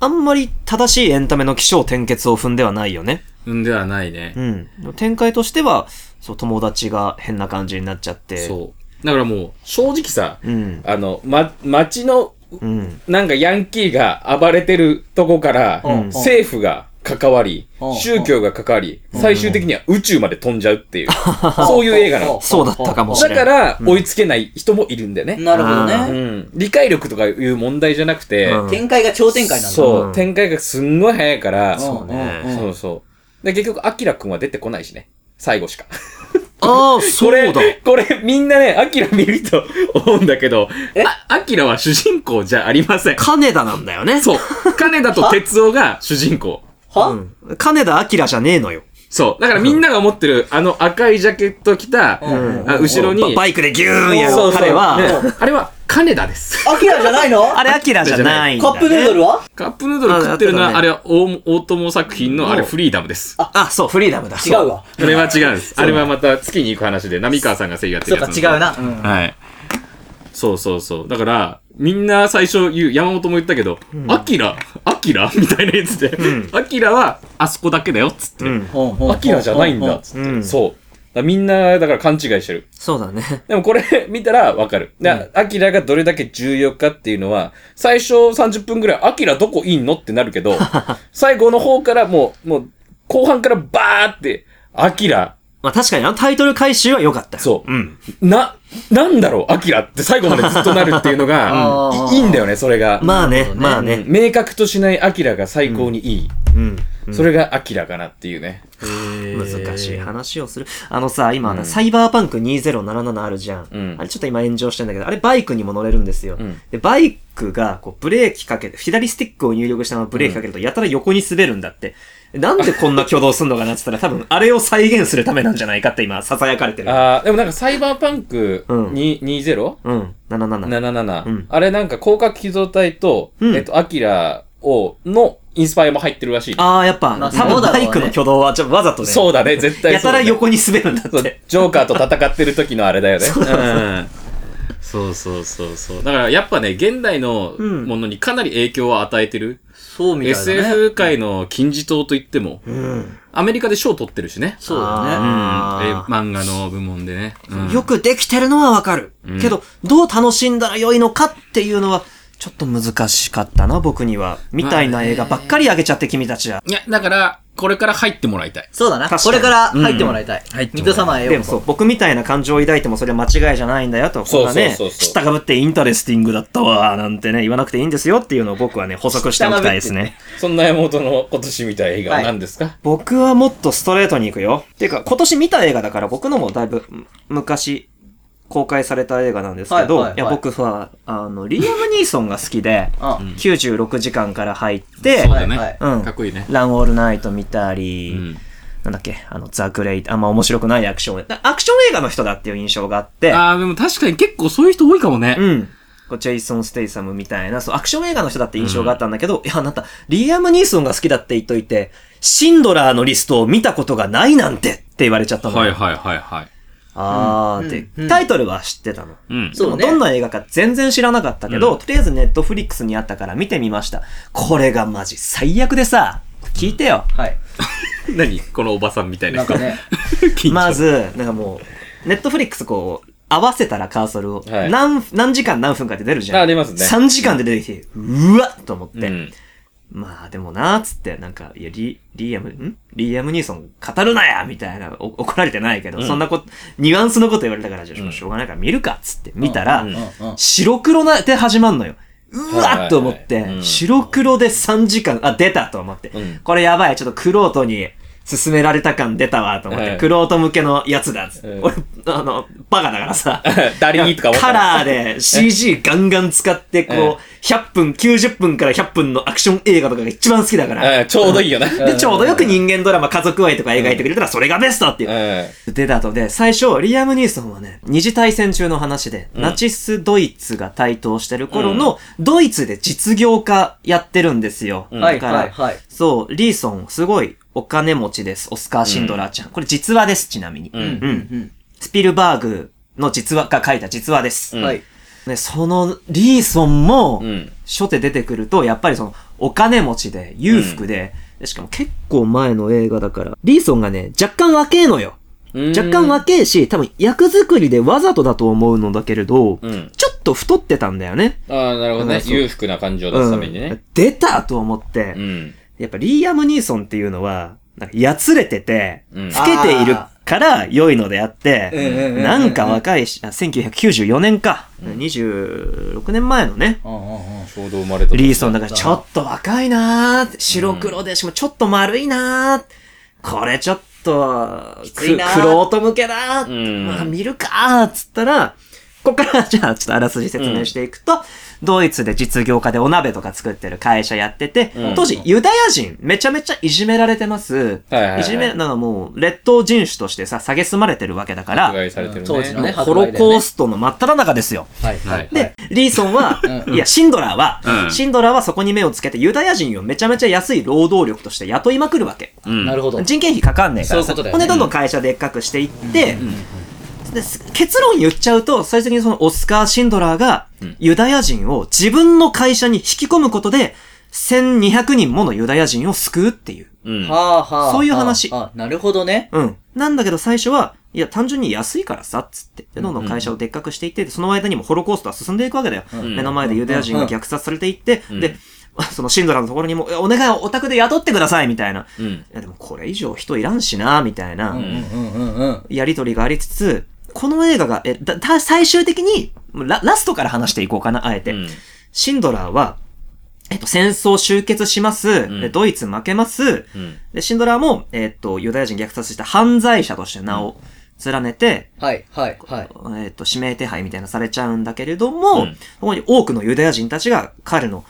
S1: あんまり正しいエンタメの起承転結を踏んではないよね。
S3: うんではないね。
S1: うん。展開としては、そう、友達が変な感じになっちゃって。
S3: そう。だからもう、正直さ、
S1: うん。
S3: あの、ま、街の、
S1: うん。
S3: なんかヤンキーが暴れてるとこから、
S2: うん
S3: 政府が関わり
S2: うん、
S3: 宗教が関わり、最終的には宇宙まで飛んじゃうっ ていう、そういう映画なの。
S1: そうだったかもしれ
S3: だ
S1: ない
S3: から、追いつけない人もいるんだよね。
S2: なるほど
S3: う
S2: ね。
S3: ん。理解力とかいう問題じゃなくて、
S1: うん
S2: 展開が超展開なんだ。
S3: そう、
S1: うん
S3: 展開がすんごい早いから、
S2: そうねうん
S3: そうそう。で、結局、アキラくんは出てこないしね。最後しか。
S1: ああ、そ
S3: これ
S1: うだ。、
S3: これ、みんなね、アキラ見ると 思うんだけど、あアキラは主人公じゃありません。
S1: 金田なんだよね。
S3: そう。金田と哲夫が主人公。
S2: は
S1: うん。金田明じゃねえのよ。
S3: そう。だからみんなが持ってる、あの赤いジャケット着た、
S2: ん
S3: あ後ろに、
S1: バイクでギューンや
S3: そう
S1: る
S3: そう
S1: 彼は、
S3: ねあれは金田で す。
S2: アキラじゃないの
S1: あれ明じゃないんだ
S2: カ
S1: ね
S2: ップヌードルは
S3: カップヌードル食ってるの
S1: あ
S3: は、
S1: あ
S3: あ
S1: れ
S3: れは大大友作品のあれフリーダムです。
S1: あ、そう、フリーダムだ。
S2: 違うわ。
S3: それは違うんです。あれはまた月に行く話で、浪川さんが声優やって
S2: そう
S3: るや
S2: か、
S3: つ。
S2: 違う。な。うん
S3: はい。そうそうそう。だから、みんな最初言う、山本も言ったけど、アキラ、アキラ みたいなやつで、アキラはあそこだけだよ、っつって。
S1: うん。
S2: うん。
S3: アキラじゃないんだ、っつって。
S1: うん
S3: そう。だからみんな、だから勘違いしてる。
S1: そうだね。
S3: でもこれ 見たらわかる。でアキラがどれだけ重要かっていうのは、最初30分ぐらい、アキラどこいんのってなるけど、最後の方からもう、もう、後半からバーって、アキラ、
S1: まあ確かにあのタイトル回収は良かった。
S3: そう。
S1: うん。
S3: な、なんだろう、アキラって最後までずっとなるっていう のが、
S2: あー
S3: いいいんだよね、それが。
S1: まあね、
S2: なるほどね
S1: まあね。
S3: 明確としないアキラが最高にいい。
S1: うん。
S3: それがアキラかなっていうね。
S1: 難しい話をする。あのさ、今、サイバーパンク2077あるじゃん,、
S3: うん
S1: あれちょっと今炎上してんだけど、あれバイクにも乗れるんですよ。
S3: ん
S1: で、バイクがこうブレーキかけて、左スティックを入力したままブレーキかけると、やたら横に滑るんだって。なんでこんな挙動すんのかなって言ったら、多分あれを再現するためなんじゃないかって今、囁かれてる。
S3: あーでもなんかサイバーパンク
S1: うん
S3: に 20?
S1: うん、77。
S3: 77、
S1: うん
S3: あれなんか広角機動隊と、
S1: うん
S3: えっと、アキラを、のインスパイアも入ってるらしい。
S1: ああ、やっぱ、
S2: まあ
S1: 多
S2: そう
S1: 分
S2: だろう
S1: バ
S2: ね
S1: イクの挙動はちょわざとね、
S3: そうだね、絶対
S1: や
S3: そ
S1: た
S3: うだ
S1: ら
S3: ね、
S1: 横に滑るんだっ
S3: そう
S1: て。
S3: ジョーカーと戦ってる時のあれだよね。
S1: そう
S3: うんそうそうそうそう。だからやっぱね、現代の
S1: うん
S3: ものにかなり影響を与えてる。
S2: そうみたいなね。
S3: SF 界の金字塔といっても、
S1: うん。
S3: アメリカで賞取ってるしね。
S2: そうだね。
S1: あー
S3: え漫画の部門でね。うん
S1: よくできてるのはわかる。
S3: うん
S1: けど、どう楽しんだら良いのかっていうのは、ちょっと難しかったな、僕には。みたいな映画ばっかりあげちゃって、君たちは。
S3: いや、だから、これから入ってもらいたい。
S2: そうだな。
S1: 確かに
S2: これから入ってもらいたい。
S3: 入ってもらいたい
S2: 水戸様へようこ
S1: でもそう、僕みたいな感情を抱いてもそれは間違いじゃないんだよと、こ
S3: そ
S1: ん
S3: う
S1: なね
S3: そうそう、そう
S1: 知ったかぶってインタレスティングだったわ、なんてね、言わなくていいんですよっていうのを僕はね、補足しておきたいですね。
S3: そんな山本の今年みたい映画は何ですか、
S1: 僕はもっとストレートに行くよ。ていうか、今年見た映画だから僕のもだいぶむ昔公開された映画なんですけど、
S2: はい
S1: い
S2: はいはい
S1: や僕は、あの、リアム・ニーソンが好きで、
S2: あ
S1: 96時間から入って、
S3: そうだね、
S2: はい
S1: はいうん
S3: かっこいいね。
S1: ランオールナイト見たり、
S3: うん
S1: なんだっけ、あの、ザ・グレイト、あんま面白くないアクション、アクション映画の人だっていう印象があって、
S3: ああ、でも確かに結構そういう人多いかもね。
S1: うん。こうジェイソン・ステイサムみたいな、そう、アクション映画の人だって印象があったんだけど、いや、あなた、リアム・ニーソンが好きだって言っといて、シンドラーのリストを見たことがないなんてって言われちゃったの。
S3: はいはいはいはい。
S1: あーって、
S2: うんうん
S1: タイトルは知ってたの。
S3: うん。
S2: そうね
S1: でもどんな映画か全然知らなかったけど、とりあえずネットフリックスにあったから見てみました。これがマジ最悪でさ、聞いてよ。
S2: はい。
S3: 何このおばさんみたい
S2: な
S3: なん人。
S2: か ね。
S1: まず、なんかもう、ネットフリックスこう、合わせたらカーソルを、
S3: はい
S1: 何、何時間何分かって出るじゃん。
S3: あ出ますね
S1: 3時間で出てきて、うわっと思っ
S3: う
S1: て。
S3: ん。
S1: まあでもなーっつって、なんか、いや、リリーアム、んリーアム・ニーソン語るなやみたいな、お怒られてないけど、そんなこと、ニュアンスのこと言われたから、じゃあ、しょうがないから見るかっつって見たら、
S2: うんうんうん
S1: 白黒なで始まんのよ。う
S3: はいはい
S1: わ
S3: は
S1: っ
S3: い
S1: と思って、
S3: うん
S1: 白黒で3時間、あ、出たと思って、
S3: ん
S1: これやばい、ちょっとクロートに勧められた感出たわと思って、
S3: はい
S1: クロート向けのやつだっつって、
S3: うん
S1: 俺、あの、バカだからさ、
S3: 誰にとか思った
S1: カラーで CG ガンガン使って、こう、
S3: ええ
S1: 100分、90分から100分のアクション映画とかが一番好きだから。
S3: うんちょうどいいよな。うん。
S1: で、ちょうどよく人間ドラマ、家族愛とか描いてくれたら、それがベストっていう。で、だとで、最初、リアム・ニーソンはね、二次大戦中の話で、ナチス・ドイツが台頭してる頃の、ドイツで実業家やってるんですよ。
S3: ん
S2: は
S1: だ
S2: い
S1: か
S2: はい
S1: ら、
S2: はい。
S1: そう、リーソン、すごいお金持ちです。オスカー・シンドラーちゃん。これ実話です、ちなみに。
S3: ん
S2: うんうん
S1: スピルバーグの実話が書いた実話です。
S2: うん。はい。
S1: ね、そのリーソンも、
S3: うん。
S1: 初手出てくると、やっぱりその、お金持ちで、裕福で、でしかも結構前の映画だから、リーソンがね、若干若えのよ。若干若えし、多分役作りでわざとだと思うのだけれど、
S3: ん
S1: ちょっと太ってたんだよね。
S3: ああ、なるほど
S1: う
S3: ね
S1: ん。そう
S3: 裕福な感情を出すために
S1: う
S3: ね
S1: ん。出たと思って、
S3: うん。
S1: やっぱリーアム・ニーソンっていうのは、なんかやつれてて、
S3: うん
S1: 老けているから良いのであって、
S2: うんうんうんうん
S1: なんか若いし、あ1994年か、26年前のね、
S2: うんうんうん。
S3: ちょうど生まれた。
S1: リーソンだからちょっと若いなーって白黒でしもちょっと丸いなーってこれちょっと、
S2: ついなー
S1: くろうと向けだー
S3: うん
S1: まあ見るかーっつったら、ここからじゃあちょっとあらすじ説明していくと、ドイツで実業家でお鍋とか作ってる会社やってて、
S3: うん
S1: 当時ユダヤ人めちゃめちゃいじめられてます。
S3: はいはいはい
S1: いじめ、なんかもう劣等人種としてさ、蔑まれてるわけだから、
S3: 迫
S1: も
S3: 害されてるね。
S2: 当時のね
S1: うホロコーストの真っ只中ですよ。
S2: はい
S3: は
S2: はいい。
S1: で、リーソンは、いや、シンドラーは、
S3: うん
S1: シンドラーはそこに目をつけて、ユダヤ人をめちゃめちゃ安い労働力として雇いまくるわけ。
S3: うん。
S2: なるほど。
S1: 人件費かかんねえから
S2: そういうこと
S1: さ、
S2: だよ
S1: ほん
S2: ね
S1: でどんどん会社でっかくしていって、です結論言っちゃうと、最終的にそのオスカー・シンドラーが、ユダヤ人を自分の会社に引き込むことで、1200人ものユダヤ人を救うっていう。
S3: うん。
S2: はあはあ。
S1: そういう話
S2: あ、あなるほどね。
S1: うん。なんだけど最初は、いや、単純に安いからさ、っつって。で、どんどん会社をでっかくしていって、その間にもホロコーストは進んでいくわけだよ。
S3: ん
S1: 目の前でユダヤ人が虐殺されていって、で、 そのシンドラのところにも、えお願いオタクで雇ってくださいみたいな。
S3: う
S1: い
S3: ん。
S1: やでもこれ以上人いらんしな、みたいな。
S2: うんうんうん。
S1: やりとりがありつつ、この映画が、え、だ、だ最終的にラ、ラストから話していこうかな、あえて。
S3: うん
S1: シンドラーは、えっと、戦争終結します。でドイツ負けます。
S3: うん。
S1: で、シンドラーも、えっと、ユダヤ人虐殺した犯罪者として名を連ねて、
S2: はいはいはい。
S1: えっと、指名手配みたいなのされちゃうんだけれども、
S3: うん
S1: そこに多くのユダヤ人たちが彼の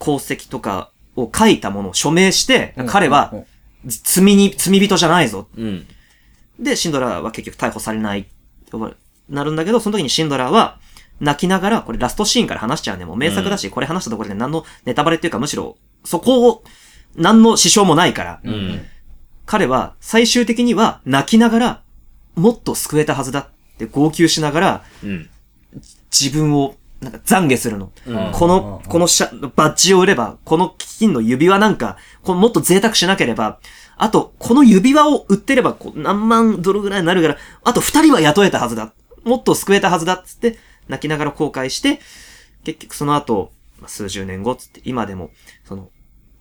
S1: 功績とかを書いたものを署名して、彼は
S2: うんうんうん
S1: 罪に、罪人じゃないぞ
S3: うん。
S1: で、シンドラーは結局逮捕されない、なるんだけど、その時にシンドラーは、泣きながら、これラストシーンから話しちゃうね。もう名作だし、これ話したところで何のネタバレっていうか、むしろ、そこを、何の支障もないから、
S3: うん。
S1: 彼は最終的には泣きながら、もっと救えたはずだって号泣しながら、
S3: うん。
S1: 自分を、なんか懺悔するの。
S3: うん
S1: こ
S2: うんうんう
S1: の
S2: ん、
S1: このシャバッジを売れば、この金の指輪なんか、このもっと贅沢しなければ、あと、この指輪を売ってれば、こう、何万ドルぐらいになるから、あと二人は雇えたはずだ。もっと救えたはずだ。つって、泣きながら後悔して、結局その後、まあ数十年後、つって、今でも、その、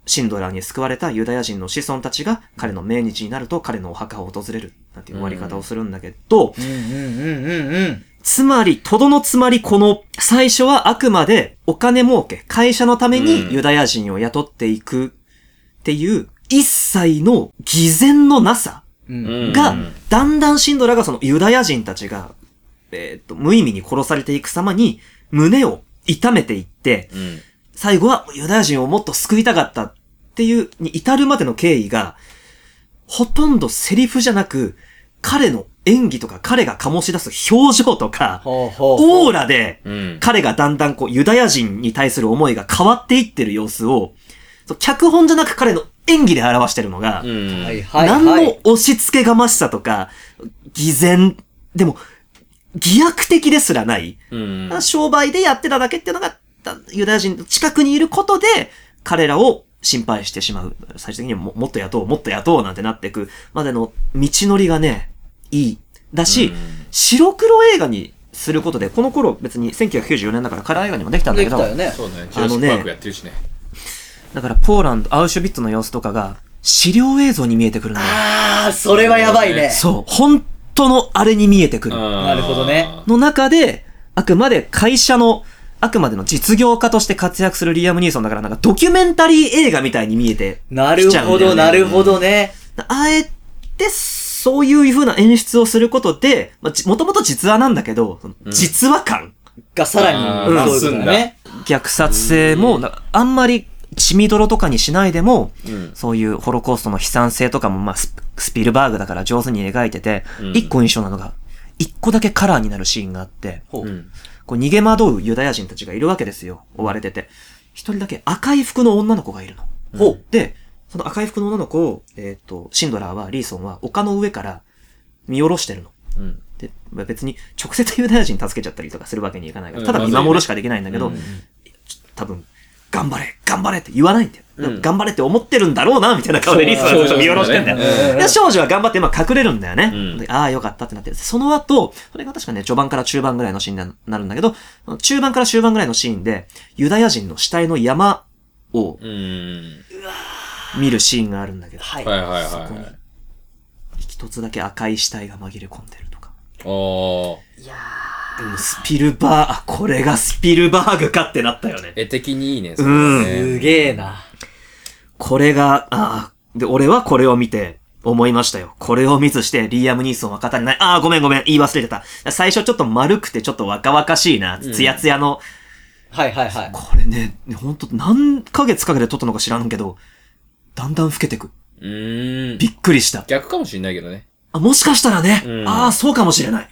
S1: シンドラーに救われたユダヤ人の子孫たちが、彼の命日になると彼のお墓を訪れる。なんていう終わり方をするんだけど、
S2: うんうんうんうん
S1: つまり、とどのつまりこの、最初はあくまでお金儲け、会社のため
S3: う
S1: に
S3: ん
S1: ユダヤ人を雇っていくっていう、一切の偽善のなさ
S2: うん。うん。
S3: うん。
S1: が、だんだんシンドラがそのユダヤ人たちが、えっ、と、無意味に殺されていく様に、胸を痛めていって、
S3: うん。
S1: 最後はユダヤ人をもっと救いたかったっていう、に至るまでの経緯が、ほとんどセリフじゃなく、彼の演技とか彼が醸し出す表情とか、
S2: ほうほうほう。
S1: オーラで、
S3: うん。
S1: 彼がだんだんこう、ユダヤ人に対する思いが変わっていってる様子を、そう脚本じゃなく彼の演技で表してるのが、
S3: うん。
S2: はいはいはい。
S1: 何の押し付けがましさとか、偽善、でも、偽悪的ですらない、
S3: うん。
S1: 商売でやってただけっていうのが、だユダヤ人の近くにいることで、彼らを心配してしまう。最終的にはももっと雇おう、もっと雇おうなんてなっていくまでの道のりがね、いい。だし、白黒映画にすることで、この頃別に1994年だからカラー映画にもできたんだ
S2: で
S1: け
S2: き
S1: ど、
S2: たよね。
S3: そうね。ジュ
S1: あ
S3: ラシ
S1: の
S3: ッ
S1: ね
S3: クパークやってるしね。
S1: だからポーランド、アウシュビッツの様子とかが、資料映像に見えてくるのよ
S2: あー、それはやばいね。
S1: そう、本当のあれに見えてくる。
S3: な
S2: るほどね
S1: の中で、あくまで会社の、あくまでの実業家として活躍するリアム・ニーソンだから、なんかドキュメンタリー映画みたいに見えて、
S2: なる
S1: 来ちゃう
S2: ほ
S1: んだよ
S2: ど、
S1: ね
S2: なるほどね。
S1: あえて、そういう風な演出をすることで、まあじもともと実話なんだけど、その実話感、
S2: がさらに
S3: あ、
S1: ー
S2: そういうことだね。
S1: 虐殺性も、なあんまり血みどろとかにしないでも、
S3: うん。
S1: そういうホロコーストの悲惨性とかも、まあ、ススピルバーグだから上手に描いてて、
S3: うん
S1: 一個印象なのが、一個だけカラーになるシーンがあって、
S3: うん。
S1: こう逃げ惑うユダヤ人たちがいるわけですよ。追われてて。一人だけ赤い服の女の子がいるの。
S2: ほう。
S1: で、その赤い服の女の子を、えっ、と、シンドラーは、リーソンは丘の上から見下ろしてるの。
S3: うん。
S1: で、まあ別に直接ユダヤ人助けちゃったりとかするわけにいかないから、
S3: うん
S1: ただ見守るしかできないんだけど、
S3: まずい
S1: ちょ多分、頑張れ頑張れって言わないんだよ。
S3: うん
S1: 頑張れって思ってるんだろうな、みたいな顔でリーソンはずっと見下ろしてんだよ。
S2: うん
S1: で、少女は頑張って今隠れるんだよね。
S3: うん
S1: でああ、よかったってなって。その後、それが確かね、序盤から中盤ぐらいのシーンになるんだけど、中盤から終盤ぐらいのシーンで、ユダヤ人の死体の山を
S3: うん。
S1: 見るシーンがあるんだけど、
S2: はい。
S3: はいはい
S1: そこに
S3: は
S1: 一つだけ赤い死体が紛れ込んでるとか。
S3: い。おー。
S1: うんスピルバー、あ、これがスピルバーグかってなったよね。
S3: 絵的にいいね。
S1: うん
S2: すげえな。
S1: これが、ああ、で、俺はこれを見て、思いましたよ。これを見ずして、リーアム・ニーソンは語れない。ああ、ごめんごめん、言い忘れてた。最初ちょっと丸くてちょっと若々しいな、
S3: ん
S1: ツヤツヤの。
S2: はいはいはい。
S1: これね、ほんと何ヶ月かけて撮ったのか知らんけど、だんだん老けてく。
S3: うーん。
S1: びっくりした。
S3: 逆かもしんないけどね。
S1: あ、もしかしたらね、
S3: うん
S1: ああ、そうかもしれない。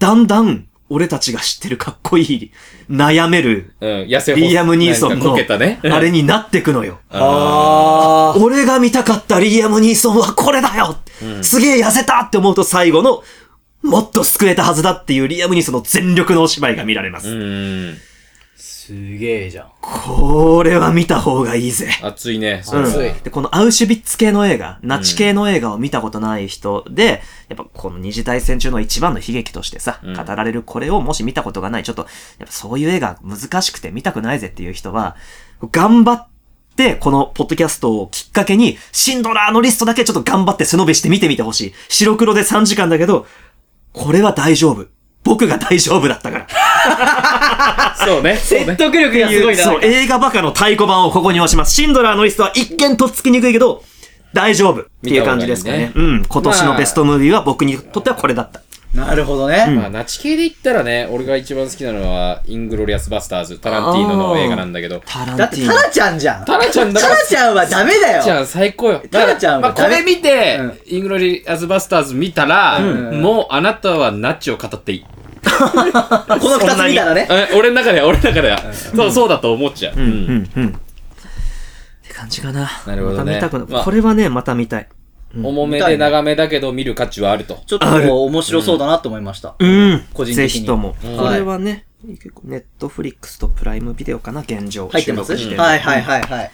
S1: だんだん、俺たちが知ってるかっこいい、悩める、
S3: うん。痩せ細
S1: リーアム・ニーソン
S3: なんか
S1: の、
S3: こけたね。
S1: あれになってくのよ。
S2: あー。
S1: 俺が見たかったリーアム・ニーソンはこれだよ、すげえ痩せたって思うと最後の、もっと救えたはずだっていうリーアム・ニーソンの全力のお芝居が見られます。
S3: うん。
S2: すげえじゃん。
S1: これは見た方がいいぜ。
S3: 熱いね。
S1: うん
S2: 熱い
S1: で、このアウシュビッツ系の映画、ナチ系の映画を見たことない人で、やっぱこの二次大戦中の一番の悲劇としてさ、
S3: うん
S1: 語られるこれをもし見たことがない、ちょっと、やっぱそういう映画難しくて見たくないぜっていう人は、頑張って、このポッドキャストをきっかけに、シンドラーのリストだけちょっと頑張って背伸びして見てみてほしい。白黒で3時間だけど、これは大丈夫。僕が大丈夫だったから。
S3: そうね。そうね
S2: 説。得力がすごいな。
S1: そう、映画バカの太鼓判をここに押します。シンドラーのリストは一見とっつきにくいけど、大丈夫っていう感じですかね。
S3: 見た
S1: うん。今年のベストムービーは僕にとってはこれだった。
S2: なるほど
S1: うん
S2: ね。
S3: まあ、ナチ系で言ったらね、俺が一番好きなのは、イングロリアス・バスターズ、タランティーノの映画なんだけど、
S1: タ
S2: だ
S1: ラン
S2: っ
S1: テ
S2: て
S1: ィー
S2: タ
S1: ノ。
S2: ラちゃんじゃん。
S3: タラちゃんだ
S2: タ
S3: から
S2: ラちゃんはダメだ
S3: タラち
S2: よ。
S3: ゃん最高よ。
S2: タラちゃんは
S3: まあ、これ見て、
S2: うん
S3: イングロリアス・バスターズ見たら、
S2: ん
S3: もうあなたはナチを語っていい。
S2: この二つ見たらね。
S3: え 俺の中では、俺の中では。そう、そうだと思っちゃう。
S1: う
S3: うんん。
S1: うんうん。って感じかな。
S3: なるほどね
S1: また見たくな
S3: まあ
S1: これはね、また見たい。
S3: 重めで長めだけど見る価値はあると。
S2: ちょっと面白そうだなと思いました。
S1: うん。
S2: 個人的
S1: ぜ
S2: に
S1: ひとも。
S3: うん
S1: これはね、結構ネットフリックスとプライムビデオかな、現状。
S2: 入ってます
S1: 収録してる
S2: はいはいはいはい。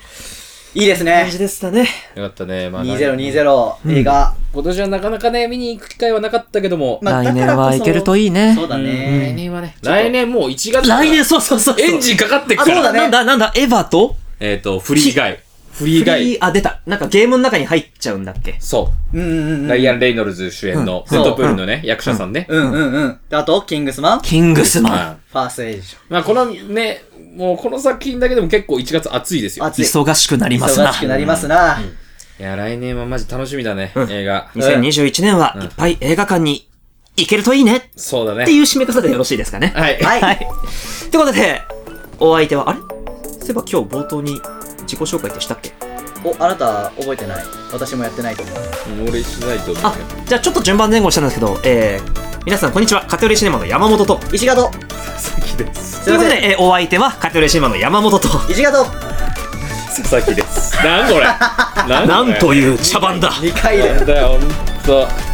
S2: いいです
S1: 感
S2: ね
S1: じ。でしたね。
S3: よかったね。まあ、
S2: 2020映画。
S3: 今年はなかなかね、見に行く機会はなかったけども、
S2: まあ
S1: 来年はいけるといいね。
S2: そうだね。
S3: 年はね、来年もう1月から
S1: 来年、そうそうそうそう。
S3: エンジンかかってっ
S1: あ、
S3: か
S1: そう
S3: ら。
S1: だね。なんだ、なんだ、エヴァと
S3: えっ、と、フリー以外。フリー以
S1: フリ
S3: 外。
S1: ーあ、出た。なんかゲームの中に入っちゃうんだっけ
S3: そう。
S2: うんうんう
S3: ラ
S2: ん。
S3: イアン・レイノルズ主演の、デッドプールのね、役者さんね。
S2: うんうんうん。であと、キングスマン、フ
S1: キングスマン。
S3: まあ
S2: ァーストエイジ。
S3: まあ、このね、もうこの作品だけでも結構1月暑いですよ。
S2: 熱い。
S1: 忙しくなりますな
S2: 忙。しくなりますな。
S3: いや、来年はマジ楽しみだね、映画。
S1: 2021年はいっぱい映画館に行けるといいねっ
S3: そうだ
S1: て
S3: ね。
S1: いう締め方でよろしいですかね。
S3: はい。
S2: は。
S1: はいい。ということで、お相手は、あれそういえば今日冒頭に自己紹介ってしたっけ
S2: お、あなた覚えてない私もやってないと思う。
S3: 俺しないと思う
S1: あ
S3: けど。、
S1: じゃあちょっと順番前後したんですけど、えー、皆さんこんにちは。カテオリシネマの山本と。
S2: 石形
S1: ということで、えー、お相手はカテオリシネマの山本と。
S2: 石形
S3: 佐々木です。なんこれなん
S1: なんという茶番だ。
S2: !2 回で
S3: なんだよ、ほんと。